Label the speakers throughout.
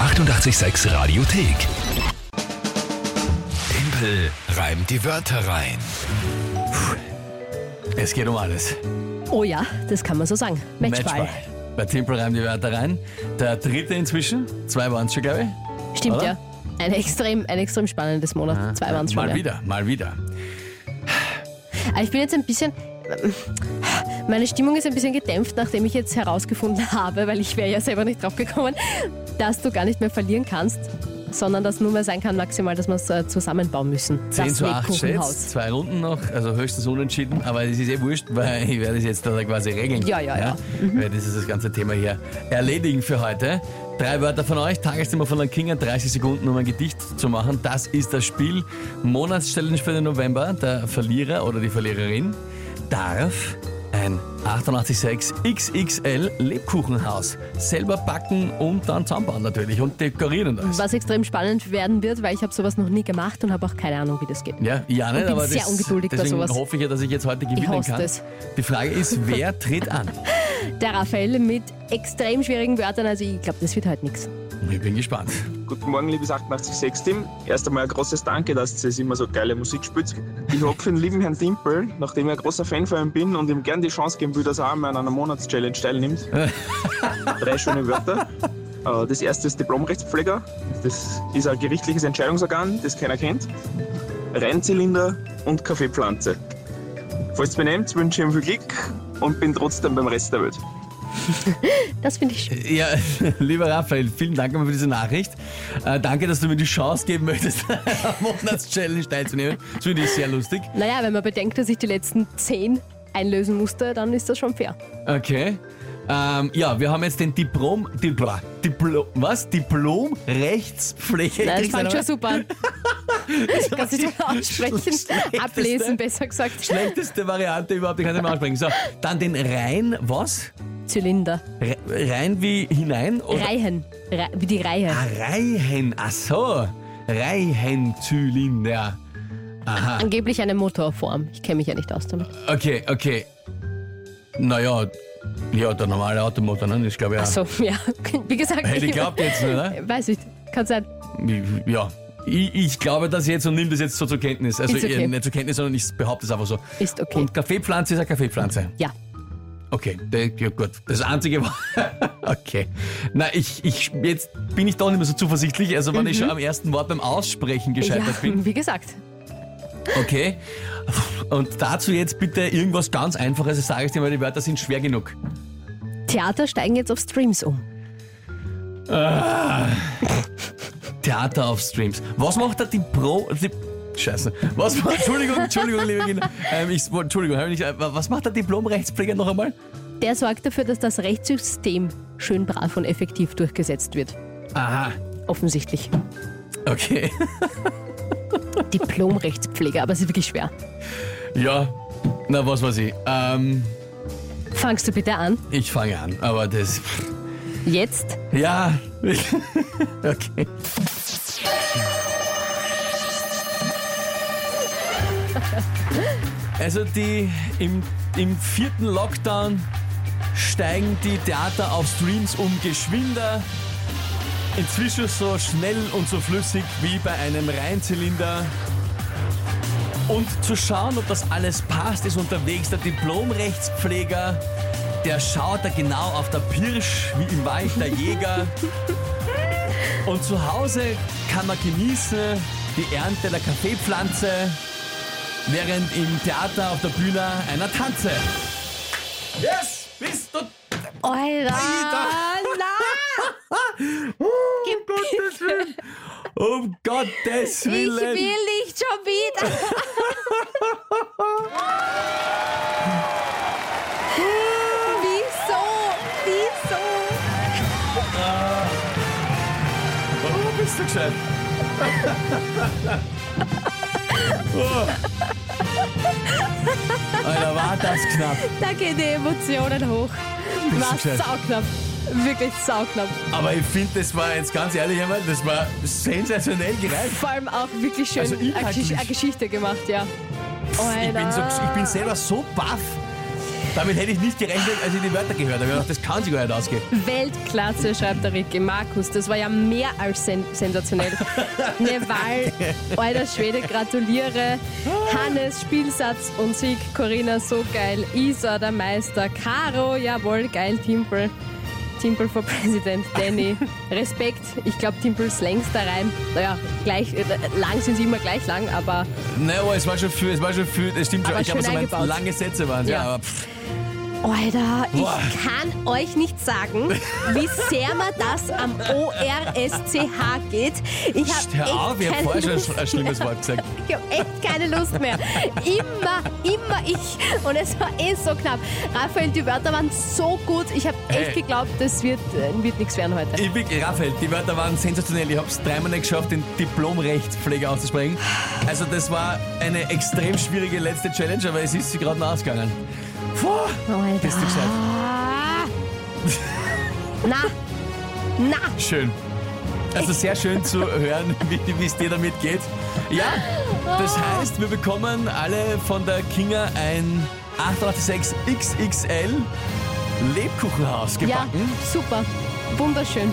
Speaker 1: 886 Radiothek. Tempel reimt die Wörter rein.
Speaker 2: Es geht um alles.
Speaker 3: Oh ja, das kann man so sagen. Matchball.
Speaker 2: Bei Tempel reimen die Wörter rein. Der dritte inzwischen. Zwei waren es schon, glaube ich.
Speaker 3: Stimmt
Speaker 2: Oder? Ah,
Speaker 3: ja. Ein extrem, ein extrem spannendes Monat. Zwei waren es schon.
Speaker 2: Mal
Speaker 3: ja.
Speaker 2: wieder, mal wieder.
Speaker 3: Aber ich bin jetzt ein bisschen. Meine Stimmung ist ein bisschen gedämpft, nachdem ich jetzt herausgefunden habe, weil ich wäre ja selber nicht drauf gekommen, dass du gar nicht mehr verlieren kannst, sondern dass nur mehr sein kann, maximal, dass wir es äh, zusammenbauen müssen.
Speaker 2: 10
Speaker 3: das
Speaker 2: zu 8
Speaker 3: Lebkuchenhaus.
Speaker 2: Sets, zwei Runden noch, also höchstens unentschieden, aber es ist eh wurscht, weil ich werde es jetzt da quasi regeln.
Speaker 3: Ja, Mhm. ja, ja.
Speaker 2: Weil das ist das ganze Thema hier erledigen für heute. Drei Wörter von euch, Tagesthema von den Kingern, 30 Sekunden, um ein Gedicht zu machen. Das ist das Spiel. Monatschallenge für den November. Der Verlierer oder die Verliererin darf ein 886 XXL Lebkuchenhaus selber backen und dann zusammenbauen natürlich und dekorieren das.
Speaker 3: Was extrem spannend werden wird, weil ich habe sowas noch nie gemacht und habe auch keine Ahnung, wie das geht.
Speaker 2: Ja, ja, nicht,
Speaker 3: bin
Speaker 2: aber
Speaker 3: sehr
Speaker 2: das,
Speaker 3: ungeduldig bei
Speaker 2: deswegen
Speaker 3: sowas.
Speaker 2: hoffe ich ja, dass ich jetzt heute gewinnen
Speaker 3: hoffe
Speaker 2: kann.
Speaker 3: es.
Speaker 2: Die Frage ist, wer tritt an?
Speaker 3: Der Raphael mit extrem schwierigen Wörtern, also ich glaube, das wird halt nichts.
Speaker 2: Ich bin gespannt.
Speaker 4: Guten Morgen, liebes 886-Team. Erst einmal ein großes Danke, dass ihr immer so geile Musik spielt. Ich hab für den lieben Herrn Timpel, nachdem ich ein großer Fan von ihm bin und ihm gern die Chance geben will, dass er auch mal an einer Monatschallenge teilnimmt. Drei schöne Wörter. Äh, Das erste ist Diplomrechtspfleger. Das ist ein gerichtliches Entscheidungsorgan, das keiner kennt. Reinzylinder und Kaffeepflanze. Falls ihr mich nehmt, wünsche ich ihm viel Glück und bin trotzdem beim Rest der Welt.
Speaker 3: Das finde ich schön.
Speaker 2: Ja, lieber Raphael, vielen Dank einmal für diese Nachricht. Äh, danke, dass du mir die Chance geben möchtest, an der Monatschallenge teilzunehmen. Das finde ich sehr lustig.
Speaker 3: Naja, wenn man bedenkt, dass ich die letzten zehn einlösen musste, dann ist das schon fair.
Speaker 2: Okay. Ähm, ja, wir haben jetzt den Diplom... Diplom... Diplom was? Diplom Rechtspflege.
Speaker 3: Nein, das fand schon super an. Kannst du dir aussprechen? Ablesen, besser gesagt.
Speaker 2: Schlechteste Variante überhaupt, ich kann es nicht mehr aussprechen. So, dann den Rein... Was?
Speaker 3: Zylinder.
Speaker 2: Re- Rein wie hinein? Oder?
Speaker 3: Reihen. Re wie die Reihe.
Speaker 2: Ah, Reihen, ach so. Reihenzylinder. Aha,
Speaker 3: Angeblich eine Motorform. Ich kenne mich ja nicht aus damit.
Speaker 2: okay, okay. Naja, ja, der normale Automotor, ne? Ich glaube ja.
Speaker 3: Achso, Also, ja. Wie gesagt,
Speaker 2: Hätte ich glaubt jetzt, oder?
Speaker 3: Weiß nicht. Kann sein.
Speaker 2: Ja. Ich, ich glaube das jetzt und nimm das jetzt so zur Kenntnis. Also
Speaker 3: Ist okay.
Speaker 2: eh, nicht zur Kenntnis, sondern ich behaupte es einfach so.
Speaker 3: Ist okay.
Speaker 2: Und Kaffeepflanze ist eine Kaffeepflanze.
Speaker 3: Ja.
Speaker 2: Okay, de- ja, gut. Das einzige war. okay. Na, ich, ich, jetzt bin ich doch nicht mehr so zuversichtlich. Also, wenn ich schon am ersten Wort beim Aussprechen gescheitert
Speaker 3: Mhm. ja,
Speaker 2: bin.
Speaker 3: wie gesagt.
Speaker 2: Okay. Und dazu jetzt bitte irgendwas ganz Einfaches. Ich sage es dir mal, die Wörter sind schwer genug.
Speaker 3: Theater steigen jetzt auf Streams um.
Speaker 2: Theater auf Streams. Was macht da die Pro... Die Scheiße. Was macht... Entschuldigung, Entschuldigung, liebe Kinder. Ähm, ich, Entschuldigung, hab ich nicht, äh, was macht der Diplom-Rechtspfleger noch einmal?
Speaker 3: Der sorgt dafür, dass das Rechtssystem schön brav und effektiv durchgesetzt wird.
Speaker 2: Aha.
Speaker 3: Offensichtlich.
Speaker 2: Okay.
Speaker 3: Diplom-Rechtspflege, aber es ist wirklich schwer.
Speaker 2: Ja. Na, was weiß ich. Ähm,
Speaker 3: Fangst du bitte an.
Speaker 2: ich fange an. Aber das...
Speaker 3: Jetzt.
Speaker 2: Ja. okay. Also die im, im vierten Lockdown steigen die Theater auf Streams um geschwinder. Inzwischen so schnell und so flüssig wie bei einem Reihenzylinder. Und zu schauen, ob das alles passt, ist unterwegs der Diplomrechtspfleger. Der schaut da genau auf der Pirsch, wie im Wald der Jäger. Und zu Hause kann man genießen die Ernte der Kaffeepflanze, während im Theater auf der Bühne einer tanze. Yes, bist du...
Speaker 3: Alter!
Speaker 2: Um Gottes Willen! Um Gottes
Speaker 3: Ich
Speaker 2: Willen!
Speaker 3: will nicht schon wieder! Wieso? Wieso?
Speaker 2: Oh, bist du gescheit? oh. Alter, war das knapp.
Speaker 3: Da gehen die Emotionen hoch.
Speaker 2: du
Speaker 3: War
Speaker 2: gescheit?
Speaker 3: sauknapp. Wirklich sauknapp.
Speaker 2: Aber ich finde, das war jetzt ganz ehrlich einmal, das war sensationell gereift.
Speaker 3: Vor allem auch wirklich schön
Speaker 2: Also
Speaker 3: eine,
Speaker 2: inhaltlich-
Speaker 3: Geschichte, eine Geschichte gemacht, ja.
Speaker 2: Ich bin, so,
Speaker 3: Alter.
Speaker 2: ich bin selber so baff. Damit hätte ich nicht gerechnet, als ich die Wörter gehört habe. Ich dachte, das kann sich gar nicht ausgehen.
Speaker 3: Weltklasse, schreibt der Ricky. Markus, das war ja mehr als sen sensationell. Eine Wahl, alter Schwede, gratuliere. Hannes, Spielsatz und Sieg. Corinna, so geil. Isa, der Meister. Caro, jawohl, geil, Timpel. Timpel for President. Danny, Respekt. Ich glaube, Timpels längster Reim. Naja, gleich, äh, lang sind sie immer gleich lang, aber
Speaker 2: Naja, aber es war schon viel, es war schon viel, es stimmt schon.
Speaker 3: Aber
Speaker 2: ich habe
Speaker 3: schön
Speaker 2: so meint,
Speaker 3: eingebaut.
Speaker 2: lange Sätze waren es, ja.
Speaker 3: Ja.
Speaker 2: aber pff,
Speaker 3: Alter, ich
Speaker 2: Boah.
Speaker 3: kann euch nicht sagen, wie sehr man das am ORSCH geht. Ich habe
Speaker 2: hör
Speaker 3: echt
Speaker 2: auf, ich habe
Speaker 3: keine
Speaker 2: vorher schon ein,
Speaker 3: Lust
Speaker 2: sch- ein schlimmes Wort gesagt.
Speaker 3: ich habe echt keine Lust mehr. Immer, immer ich. Und es war eh so knapp. Raphael, die Wörter waren so gut. Ich habe echt
Speaker 2: Hey.
Speaker 3: geglaubt, das wird, äh, wird nichts werden heute.
Speaker 2: Ich bin, Raphael, die Wörter waren sensationell. Ich habe es dreimal nicht geschafft, den Diplom-Rechtspfleger auszusprechen. Also das war eine extrem schwierige letzte Challenge, aber es ist sie gerade noch ausgegangen. Puh,
Speaker 3: Alter.
Speaker 2: bist du gescheit.
Speaker 3: Na, na.
Speaker 2: Schön. Also sehr schön zu hören, wie wie es dir damit geht. Ja, das
Speaker 3: Ah.
Speaker 2: heißt, wir bekommen alle von der Kinga ein 886 XXL Lebkuchenhaus
Speaker 3: Ja,
Speaker 2: gebacken.
Speaker 3: super. Wunderschön.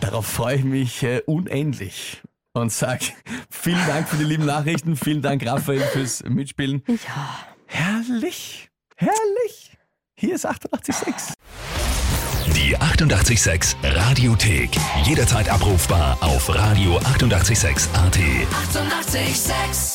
Speaker 2: Darauf freue ich mich äh, unendlich und sage vielen Dank für die lieben Nachrichten, vielen Dank Raphael fürs Mitspielen.
Speaker 3: Ja.
Speaker 2: Herrlich, herrlich. Hier ist 886.
Speaker 1: Die 886 Radiothek. Jederzeit abrufbar auf radio886.at. 886! 886.
Speaker 5: 886